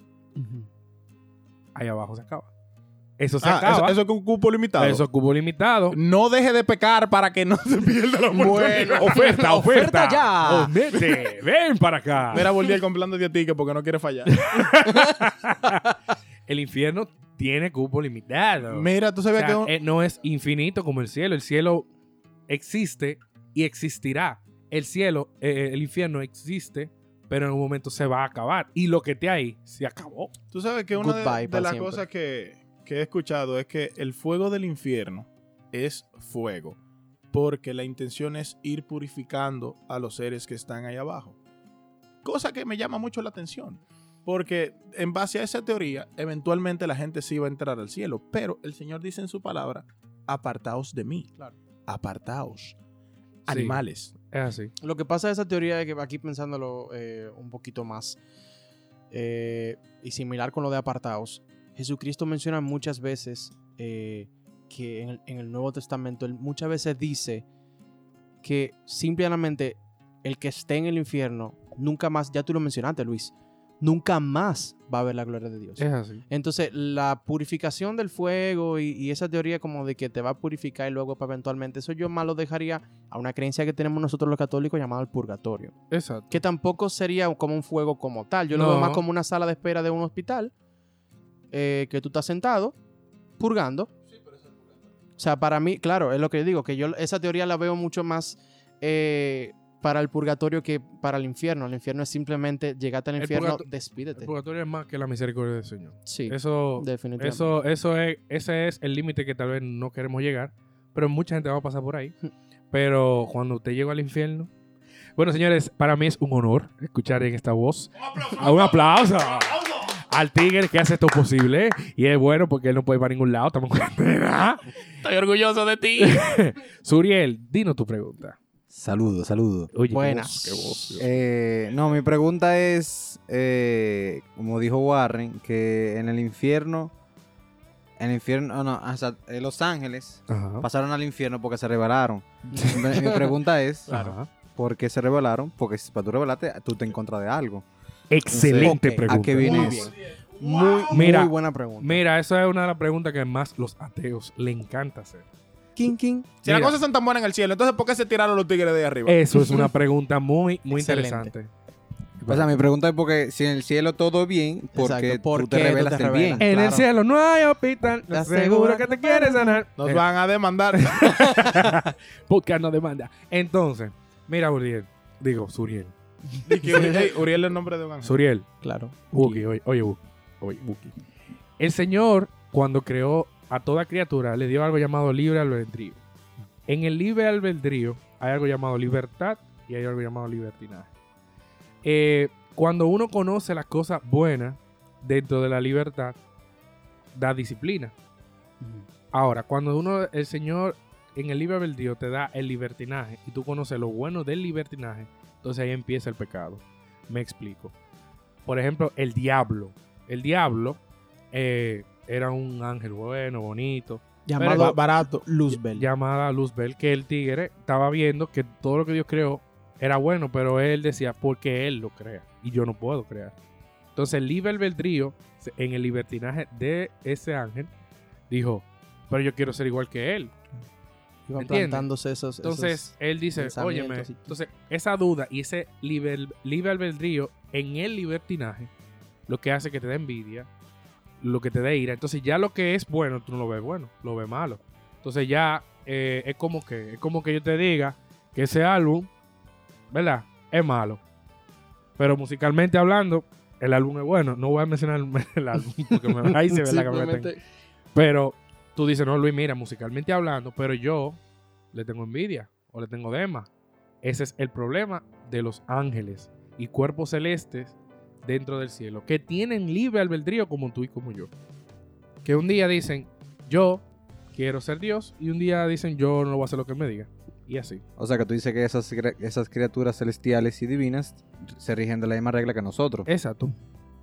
[SPEAKER 1] Ahí abajo se acaba. Eso se
[SPEAKER 3] Ah, eso-
[SPEAKER 1] acaba.
[SPEAKER 3] eso, es con cupo limitado.
[SPEAKER 1] Eso es cubo limitado.
[SPEAKER 3] No deje de pecar para que no se pierda la oportunidad.
[SPEAKER 2] Bueno.
[SPEAKER 1] Oferta,
[SPEAKER 2] Oferta ya.
[SPEAKER 1] Oh, vete, ven para acá.
[SPEAKER 3] Mira, Boldier comprando de tickets porque no quiere fallar.
[SPEAKER 1] el infierno tiene cupo limitado.
[SPEAKER 3] Mira, tú
[SPEAKER 1] O
[SPEAKER 3] sabías
[SPEAKER 1] sea,
[SPEAKER 3] que.
[SPEAKER 1] eh, no es infinito como el cielo. El cielo existe y existirá. El cielo, eh, el infierno existe, pero en un momento se va a acabar. Y lo que te hay se acabó.
[SPEAKER 3] Tú sabes que una de-
[SPEAKER 2] Goodbye
[SPEAKER 3] de,
[SPEAKER 2] para
[SPEAKER 3] las
[SPEAKER 2] siempre.
[SPEAKER 3] cosas que, que he escuchado es que el fuego del infierno es fuego, porque la intención es ir purificando a los seres que están ahí abajo. Cosa que me llama mucho la atención, porque en base a esa teoría, eventualmente la gente sí iba a entrar al cielo, pero el Señor dice en su palabra, apartaos de mí, apartaos, animales.
[SPEAKER 1] Es así.
[SPEAKER 2] Lo que pasa de esa teoría es que aquí pensándolo eh, un poquito más eh, y similar con lo de apartados, Jesucristo menciona muchas veces eh, que en el, en el Nuevo Testamento, él muchas veces dice que simplemente el que esté en el infierno, nunca más, ya tú lo mencionaste Luis, nunca más va a ver la gloria de Dios.
[SPEAKER 1] Es así.
[SPEAKER 2] Entonces, la purificación del fuego y, y esa teoría como de que te va a purificar y luego para eventualmente, eso yo más lo dejaría a una creencia que tenemos nosotros los católicos llamado el purgatorio,
[SPEAKER 1] Exacto.
[SPEAKER 2] que tampoco sería como un fuego como tal. Yo lo
[SPEAKER 1] No.
[SPEAKER 2] veo más como una sala de espera de un hospital eh, que tú estás sentado purgando. O sea, para mí, claro, es lo que yo digo, que yo esa teoría la veo mucho más eh, para el purgatorio que para el infierno. El infierno es simplemente llegaste al
[SPEAKER 1] El
[SPEAKER 2] infierno,
[SPEAKER 1] purgato- El
[SPEAKER 2] despídete.
[SPEAKER 1] purgatorio es más que la misericordia del Señor.
[SPEAKER 2] Sí,
[SPEAKER 1] Eso,
[SPEAKER 2] definitivamente.
[SPEAKER 1] eso, eso es, ese es el límite que tal vez no queremos llegar, pero mucha gente va a pasar por ahí. Pero cuando usted llega al infierno, bueno señores, para mí es un honor escuchar en esta voz Ah, un aplauso al Tigre que hace esto posible y es bueno porque él no puede ir para ningún lado, estamos con- ¿verdad?
[SPEAKER 4] Estoy orgulloso de ti.
[SPEAKER 1] Suriel, dinos tu pregunta.
[SPEAKER 5] Saludos, saludos.
[SPEAKER 1] Oye, qué
[SPEAKER 2] Buenas.
[SPEAKER 1] voz, qué voz, Dios.
[SPEAKER 5] Eh, no, mi pregunta es, eh, como dijo Warren, que en el infierno El infierno, ah, no, o sea, eh, Los Ángeles
[SPEAKER 1] Ajá.
[SPEAKER 5] pasaron al infierno porque se rebelaron. Mi mi pregunta es,
[SPEAKER 1] Ajá.
[SPEAKER 5] ¿por qué se rebelaron? Porque si para tú rebelarte, tú te en contra de algo.
[SPEAKER 1] Excelente
[SPEAKER 2] Ok, ¿a
[SPEAKER 1] pregunta.
[SPEAKER 5] ¿A qué viene
[SPEAKER 2] Muy
[SPEAKER 5] eso?
[SPEAKER 2] Muy,
[SPEAKER 1] Mira.
[SPEAKER 2] muy buena pregunta.
[SPEAKER 1] Mira, esa es una de las preguntas que más los ateos le encanta hacer.
[SPEAKER 2] King King.
[SPEAKER 3] Si las
[SPEAKER 1] Mira.
[SPEAKER 3] cosas están tan buenas en el cielo, entonces ¿por qué se tiraron los tigres de ahí arriba?
[SPEAKER 1] Eso es una pregunta muy, muy
[SPEAKER 2] Excelente.
[SPEAKER 1] interesante.
[SPEAKER 5] O sea, mi pregunta es porque si en el cielo todo bien, ¿por
[SPEAKER 2] Exacto,
[SPEAKER 5] qué
[SPEAKER 2] ¿por
[SPEAKER 5] tú te
[SPEAKER 2] qué tú
[SPEAKER 5] rebelas
[SPEAKER 2] te
[SPEAKER 5] del bien?
[SPEAKER 2] rebelas?
[SPEAKER 1] en el
[SPEAKER 2] claro.
[SPEAKER 1] cielo no hay hospital,
[SPEAKER 2] Te
[SPEAKER 1] seguro
[SPEAKER 2] aseguro
[SPEAKER 1] que te quieres sanar.
[SPEAKER 3] Nos
[SPEAKER 1] Eh,
[SPEAKER 3] van a demandar.
[SPEAKER 1] Podcast no demanda. Entonces, mira, Uriel. Digo, Suriel.
[SPEAKER 3] Y que Uriel, ey, Uriel es el nombre de un ángel.
[SPEAKER 1] Suriel,
[SPEAKER 2] Claro.
[SPEAKER 1] Buki, oye, oye, Buki, oye, Buki. El Señor, cuando creó a toda criatura, le dio algo llamado libre albedrío. En el libre albedrío hay algo llamado libertad y hay algo llamado libertinaje. Eh, cuando uno conoce las cosas buenas dentro de la libertad, da disciplina. Ahora, cuando uno, el Señor en el libre albedrío te da el libertinaje y tú conoces lo bueno del libertinaje, entonces ahí empieza el pecado. Me explico por ejemplo, el diablo. El diablo eh, era un ángel bueno, bonito,
[SPEAKER 2] Llamado
[SPEAKER 3] Ba- barato.
[SPEAKER 2] Luzbel.
[SPEAKER 1] llamada Luzbel, que el tigre estaba viendo que todo lo que Dios creó era bueno, pero él decía, porque él lo crea y yo no puedo crear. Entonces, el libre albedrío, se- en el libertinaje de ese ángel, dijo, pero yo quiero ser igual que él.
[SPEAKER 2] Iban
[SPEAKER 1] ¿entiendes?
[SPEAKER 2] plantándose esos. esos-
[SPEAKER 1] Entonces, él dice,
[SPEAKER 2] pensamientos
[SPEAKER 1] óyeme,
[SPEAKER 2] y-
[SPEAKER 1] entonces esa duda y ese liber- libre albedrío en el libertinaje, lo que hace que te dé envidia, lo que te dé ira. Entonces ya lo que es bueno, tú no lo ves bueno, lo ves malo. Entonces ya eh, es como que, es como que yo te diga que ese álbum, ¿verdad? Es malo. Pero musicalmente hablando, el álbum es bueno. No voy a mencionar el álbum porque me va a irse, ¿verdad? que me meten.
[SPEAKER 2] Simplemente-
[SPEAKER 1] Pero tú dices, no, Luis, mira, musicalmente hablando, pero yo le tengo envidia o le tengo dema. Ese es el problema de los ángeles y cuerpos celestes dentro del cielo, que tienen libre albedrío como tú y como yo. Que un día dicen, yo quiero ser Dios, y un día dicen, yo no voy a hacer lo que él me diga. Y así.
[SPEAKER 5] O sea, que tú dices que esas, cre- esas criaturas celestiales y divinas se rigen de la misma regla que nosotros.
[SPEAKER 1] Exacto.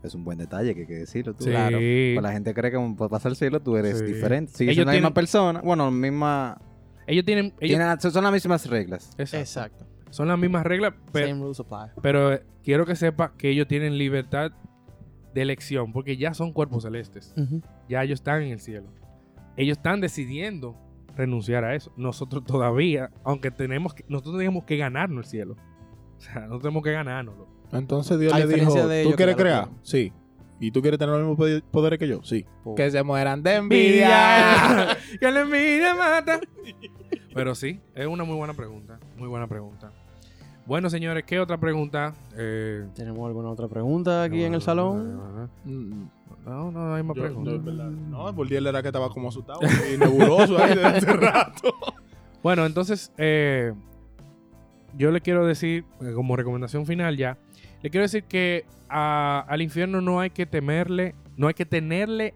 [SPEAKER 5] Es un buen detalle que hay que decirlo. Tú.
[SPEAKER 1] Eh. Sí.
[SPEAKER 5] Claro. Pues la gente cree que para pasar el cielo tú eres
[SPEAKER 1] Sí.
[SPEAKER 5] diferente. Si
[SPEAKER 1] Ellos
[SPEAKER 5] son la
[SPEAKER 1] tienen-
[SPEAKER 5] misma persona, bueno, misma,
[SPEAKER 1] Ellos tienen... ellos-
[SPEAKER 5] tienen- son las mismas reglas.
[SPEAKER 1] Exacto.
[SPEAKER 2] Exacto.
[SPEAKER 1] Son las mismas reglas, pero
[SPEAKER 2] Same rules apply.
[SPEAKER 1] Pero eh, quiero que sepa que ellos tienen libertad de elección, porque ya son cuerpos celestes. Ya ellos están en el cielo. Ellos están decidiendo renunciar a eso. Nosotros todavía, aunque tenemos que, nosotros tenemos que ganarnos el cielo. O sea, nosotros tenemos que ganárnoslo.
[SPEAKER 3] Entonces Dios
[SPEAKER 2] A
[SPEAKER 3] le dijo,
[SPEAKER 2] diferencia de ellos,
[SPEAKER 3] ¿tú quieres
[SPEAKER 2] que ya lo
[SPEAKER 3] crear?
[SPEAKER 2] tienen.
[SPEAKER 3] Sí. ¿Y tú quieres tener los mismos poder- poderes que yo? Sí.
[SPEAKER 2] Po.
[SPEAKER 3] se mueran de
[SPEAKER 1] que la envidia mata. Pero sí, es una muy buena pregunta. Muy buena pregunta. Bueno, señores, ¿qué otra pregunta? Eh,
[SPEAKER 2] ¿Tenemos alguna otra pregunta aquí en el salón?
[SPEAKER 3] Mm,
[SPEAKER 1] No, no, no hay más
[SPEAKER 3] yo- yo,
[SPEAKER 1] preguntas.
[SPEAKER 3] en verdad, no, el Bordiel era que estaba como asustado y nebuloso ahí desde hace rato.
[SPEAKER 1] Bueno, entonces, eh, yo le quiero decir, eh, como recomendación final ya, le quiero decir que a- al infierno no hay que temerle, no hay que tenerle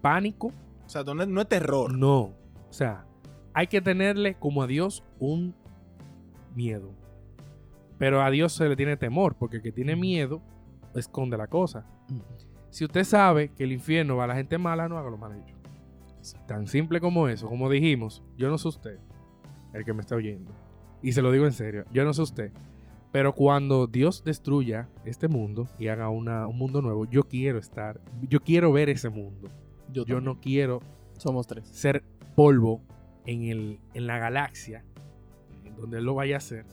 [SPEAKER 1] pánico.
[SPEAKER 3] O sea, no es, no es terror.
[SPEAKER 1] No. O sea, hay que tenerle como a Dios un miedo. Pero a Dios se le tiene temor, porque el que tiene miedo esconde la cosa. Si usted sabe que el infierno va a la gente mala, no haga lo mal hecho. Tan simple como eso, como dijimos, yo no sé usted, el que me está oyendo. Y se lo digo en serio, yo no sé usted. Pero cuando Dios destruya este mundo y haga una- un mundo nuevo, yo quiero estar, yo quiero ver ese mundo. yo no quiero
[SPEAKER 2] Somos tres.
[SPEAKER 1] ser polvo en, el, en la galaxia, en donde él lo vaya a hacer,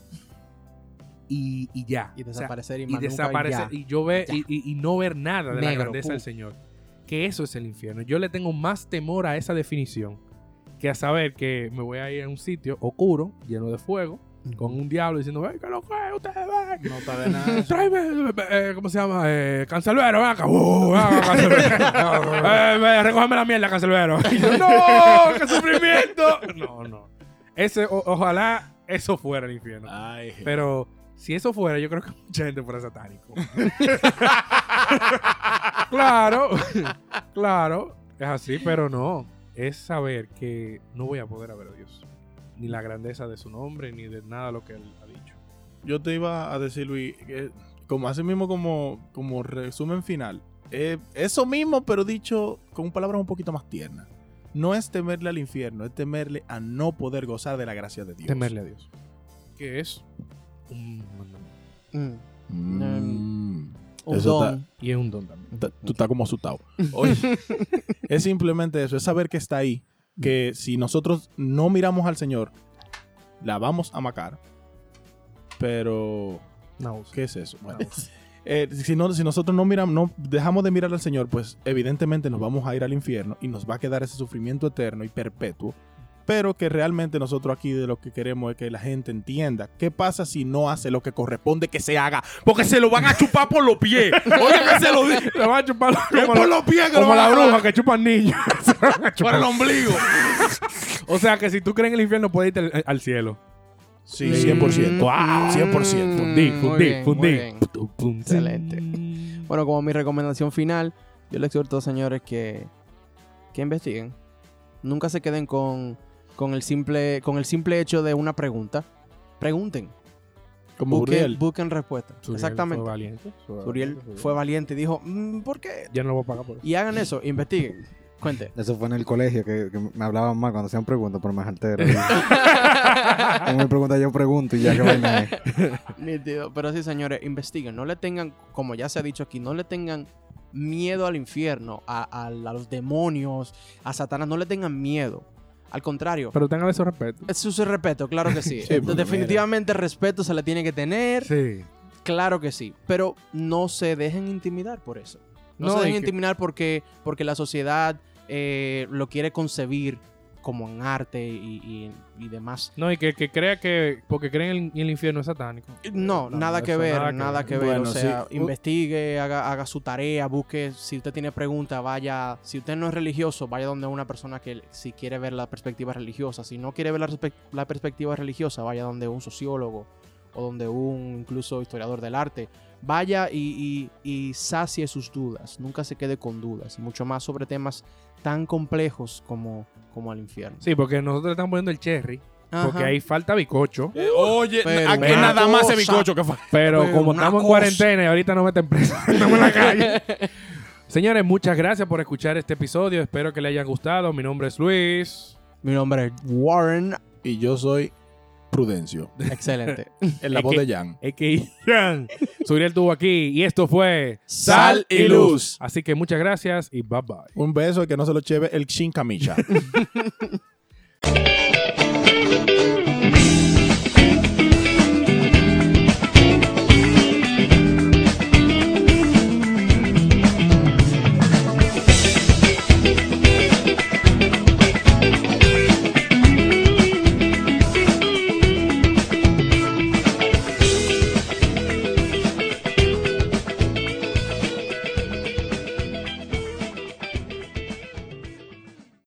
[SPEAKER 1] y, y ya.
[SPEAKER 2] Y
[SPEAKER 1] O sea,
[SPEAKER 2] desaparecer y
[SPEAKER 1] y
[SPEAKER 2] más nunca
[SPEAKER 1] desaparecer,
[SPEAKER 2] ya.
[SPEAKER 1] y yo ve
[SPEAKER 2] Ya.
[SPEAKER 1] y, y- y no ver nada de la
[SPEAKER 2] Negro,
[SPEAKER 1] grandeza
[SPEAKER 2] pu.
[SPEAKER 1] del Señor. Que eso es el infierno. Yo le tengo más temor a esa definición que a saber que me voy a ir a un sitio oscuro, lleno de fuego,
[SPEAKER 2] Mm.
[SPEAKER 1] con un diablo diciendo, "Ven, que lo que ustedes ven,
[SPEAKER 3] No está de
[SPEAKER 2] Ah.
[SPEAKER 3] nada.
[SPEAKER 1] Tráeme, eh, ¿cómo se llama? Eh, cancelero, ven acá. Uh, ven acá, cancelero. Eh, ve, recógeme la mierda, cancelero. Y yo, ¡No! ¡Qué sufrimiento! No, no. Ese, o- ojalá eso fuera el infierno.
[SPEAKER 3] Ay,
[SPEAKER 1] Pero si eso fuera, yo creo que mucha gente fuera satánico. claro, claro, es así, pero no. Es saber que no voy a poder ver a Dios. Ni la grandeza de su nombre, ni de nada lo que él ha dicho.
[SPEAKER 3] yo te iba a decir, Luis, que como así mismo como, como resumen final, Eh, eso mismo, pero dicho con palabras un poquito más tiernas. No es temerle al infierno, es temerle a no poder gozar de la gracia de Dios.
[SPEAKER 1] Temerle a Dios. Que es un mandamiento.
[SPEAKER 2] Mm.
[SPEAKER 3] Mm.
[SPEAKER 2] Un
[SPEAKER 3] Eso está-
[SPEAKER 2] don.
[SPEAKER 1] Y es un don también.
[SPEAKER 3] Ta- Tú estás como asustado. Oye, es simplemente eso, es saber que está ahí. Que si nosotros no miramos al Señor, la vamos a macar. Pero,
[SPEAKER 1] No,
[SPEAKER 3] ¿qué es eso? Bueno, eh, si, no, si nosotros no miramos, no dejamos de mirar al Señor, pues evidentemente nos vamos a ir al infierno y nos va a quedar ese sufrimiento eterno y perpetuo. Pero que realmente nosotros aquí de lo que queremos es que la gente entienda qué pasa si no hace lo que corresponde que se haga. Porque se lo van a chupar por los pies. Oye, que se lo digo.
[SPEAKER 1] Le van a chupar
[SPEAKER 3] Es
[SPEAKER 1] como,
[SPEAKER 3] por
[SPEAKER 1] la,
[SPEAKER 3] los pies que lo
[SPEAKER 1] como
[SPEAKER 3] van
[SPEAKER 1] la
[SPEAKER 3] a
[SPEAKER 1] bruja que chupa niños.
[SPEAKER 3] por el ombligo.
[SPEAKER 1] o sea que si tú crees en el infierno, puedes irte al, al cielo.
[SPEAKER 3] Sí,
[SPEAKER 2] Mm,
[SPEAKER 3] 100%.
[SPEAKER 2] mm,
[SPEAKER 3] 100%.
[SPEAKER 1] Fundí,
[SPEAKER 2] muy
[SPEAKER 1] fundí,
[SPEAKER 2] bien, muy
[SPEAKER 1] fundí.
[SPEAKER 2] bien.
[SPEAKER 1] Pum, pum,
[SPEAKER 2] Excelente.
[SPEAKER 1] pum.
[SPEAKER 2] Bueno, como mi recomendación final, yo les exhorto, señores, que, que investiguen. Nunca se queden con, con, el simple, con el simple hecho de una pregunta. Pregunten.
[SPEAKER 3] Como
[SPEAKER 2] Busquen,
[SPEAKER 3] Uriel.
[SPEAKER 2] busquen respuesta.
[SPEAKER 1] Suriel
[SPEAKER 2] Exactamente.
[SPEAKER 1] Fue valiente. Fue
[SPEAKER 2] Uriel
[SPEAKER 1] valiente,
[SPEAKER 2] fue valiente y dijo, "Mm, ¿por qué?
[SPEAKER 1] Ya no lo voy a pagar por eso.
[SPEAKER 2] Y hagan eso, investiguen. Cuente.
[SPEAKER 5] Eso fue en el colegio que, que me hablaban más cuando hacían preguntas por más altero. en mi pregunta yo pregunto y ya que vaina es.
[SPEAKER 2] Nítido. Pero sí, señores, investiguen. No le tengan, como ya se ha dicho aquí, no le tengan miedo al infierno, a, a- a los demonios, a Satanás. No le tengan miedo. Al contrario,
[SPEAKER 1] Pero tengan ese respeto.
[SPEAKER 2] Eso es el respeto, claro que sí.
[SPEAKER 3] Sí, pues,
[SPEAKER 2] Definitivamente el respeto se le tiene que tener,
[SPEAKER 1] Sí.
[SPEAKER 2] claro que sí. Pero no se dejen intimidar por eso. No,
[SPEAKER 1] No,
[SPEAKER 2] se
[SPEAKER 1] y
[SPEAKER 2] dejen
[SPEAKER 1] que-
[SPEAKER 2] intimidar porque, porque la sociedad eh, lo quiere concebir como en arte y, y- y demás.
[SPEAKER 1] No, y que, que crea que porque creen en el infierno es satánico.
[SPEAKER 2] No, nada que
[SPEAKER 1] eso
[SPEAKER 2] ver, nada, que ver.
[SPEAKER 3] Bueno,
[SPEAKER 2] o sea,
[SPEAKER 3] sí.
[SPEAKER 2] investigue, haga, haga su tarea, busque. Si usted tiene preguntas, vaya. Si usted no es religioso, vaya donde una persona que si quiere ver la perspectiva religiosa. Si no quiere ver la, respe- la perspectiva religiosa, vaya donde un sociólogo o donde un incluso historiador del arte. Vaya y, y, y sacie sus dudas. Nunca se quede con dudas. y Mucho más sobre temas tan complejos como, como el infierno.
[SPEAKER 1] Sí, porque nosotros le estamos poniendo el cherry. Porque
[SPEAKER 2] Ajá.
[SPEAKER 1] ahí falta bicocho.
[SPEAKER 3] Eh, oye,
[SPEAKER 2] Pero
[SPEAKER 3] ¿a qué
[SPEAKER 2] una
[SPEAKER 3] nada más se
[SPEAKER 2] cosa.
[SPEAKER 3] bicocho que fue?
[SPEAKER 1] Pero
[SPEAKER 2] Pero
[SPEAKER 1] como
[SPEAKER 2] una
[SPEAKER 1] estamos en
[SPEAKER 2] cosa.
[SPEAKER 1] cuarentena y ahorita no meten preso, estamos en la calle. Señores, muchas gracias por escuchar este episodio. Espero que les haya gustado. Mi nombre es Luis.
[SPEAKER 2] Mi nombre es Warren.
[SPEAKER 3] Y yo soy Prudencio.
[SPEAKER 2] Excelente.
[SPEAKER 3] En la
[SPEAKER 1] Es
[SPEAKER 3] voz
[SPEAKER 1] que-
[SPEAKER 3] de Jan.
[SPEAKER 1] a.k.a. Jan. Suriel estuvo aquí y esto fue
[SPEAKER 3] Sal y luz.
[SPEAKER 1] Así que muchas gracias y bye bye.
[SPEAKER 3] Un beso y que no se lo lleve el Shin Camicha.